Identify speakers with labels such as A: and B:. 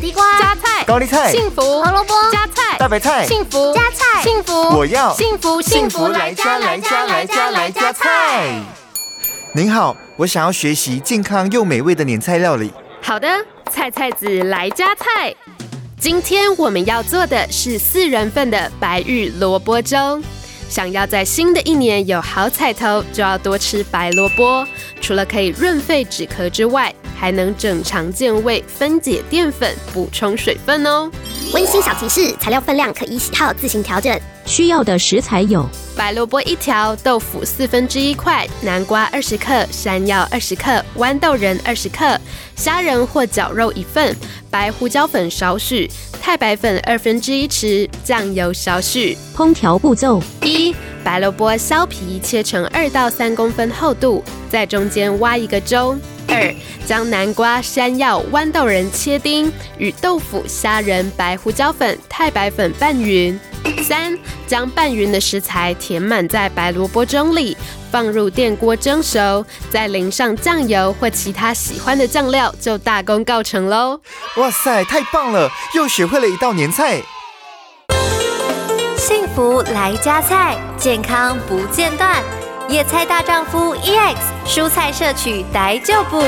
A: 地瓜、
B: 加菜、
C: 高丽菜、
B: 幸福、
A: 胡萝卜、
B: 加菜、
C: 大白菜、
B: 幸福、
A: 加菜
B: 幸福，
C: 我要
B: 幸福
A: 幸福来加来加来加来加菜。
C: 您好，我想要学习健康又美味的年菜料理。
B: 好的，菜菜子来加菜。今天我们要做的是四人份的白玉萝卜粥。想要在新的一年有好彩头，就要多吃白萝卜。除了可以润肺止咳之外，还能整肠健胃、分解淀粉、补充水分哦。
A: 温馨小提示：材料分量可依喜好自行调整。
D: 需要的食材有
B: 白萝卜一条，豆腐四分之一块，南瓜二十克，山药二十克，豌豆仁二十克，虾仁或绞肉一份，白胡椒粉少许，太白粉二分之一匙，酱油少许。
D: 烹调步骤：
B: 一、白萝卜削皮切成二到三公分厚度，在中间挖一个粥。二、将南瓜、山药、豌豆仁切丁，与豆腐、虾仁、白胡椒粉、太白粉拌匀。三、将拌匀的食材填满在白萝卜粥里，放入电锅蒸熟，再淋上酱油或其他喜欢的酱料，就大功告成喽。
C: 哇塞，太棒了，又学会了一道年菜。
E: 幸福来加菜，健康，E 不间断。野菜大丈夫 EX 蔬菜摄取逮就补。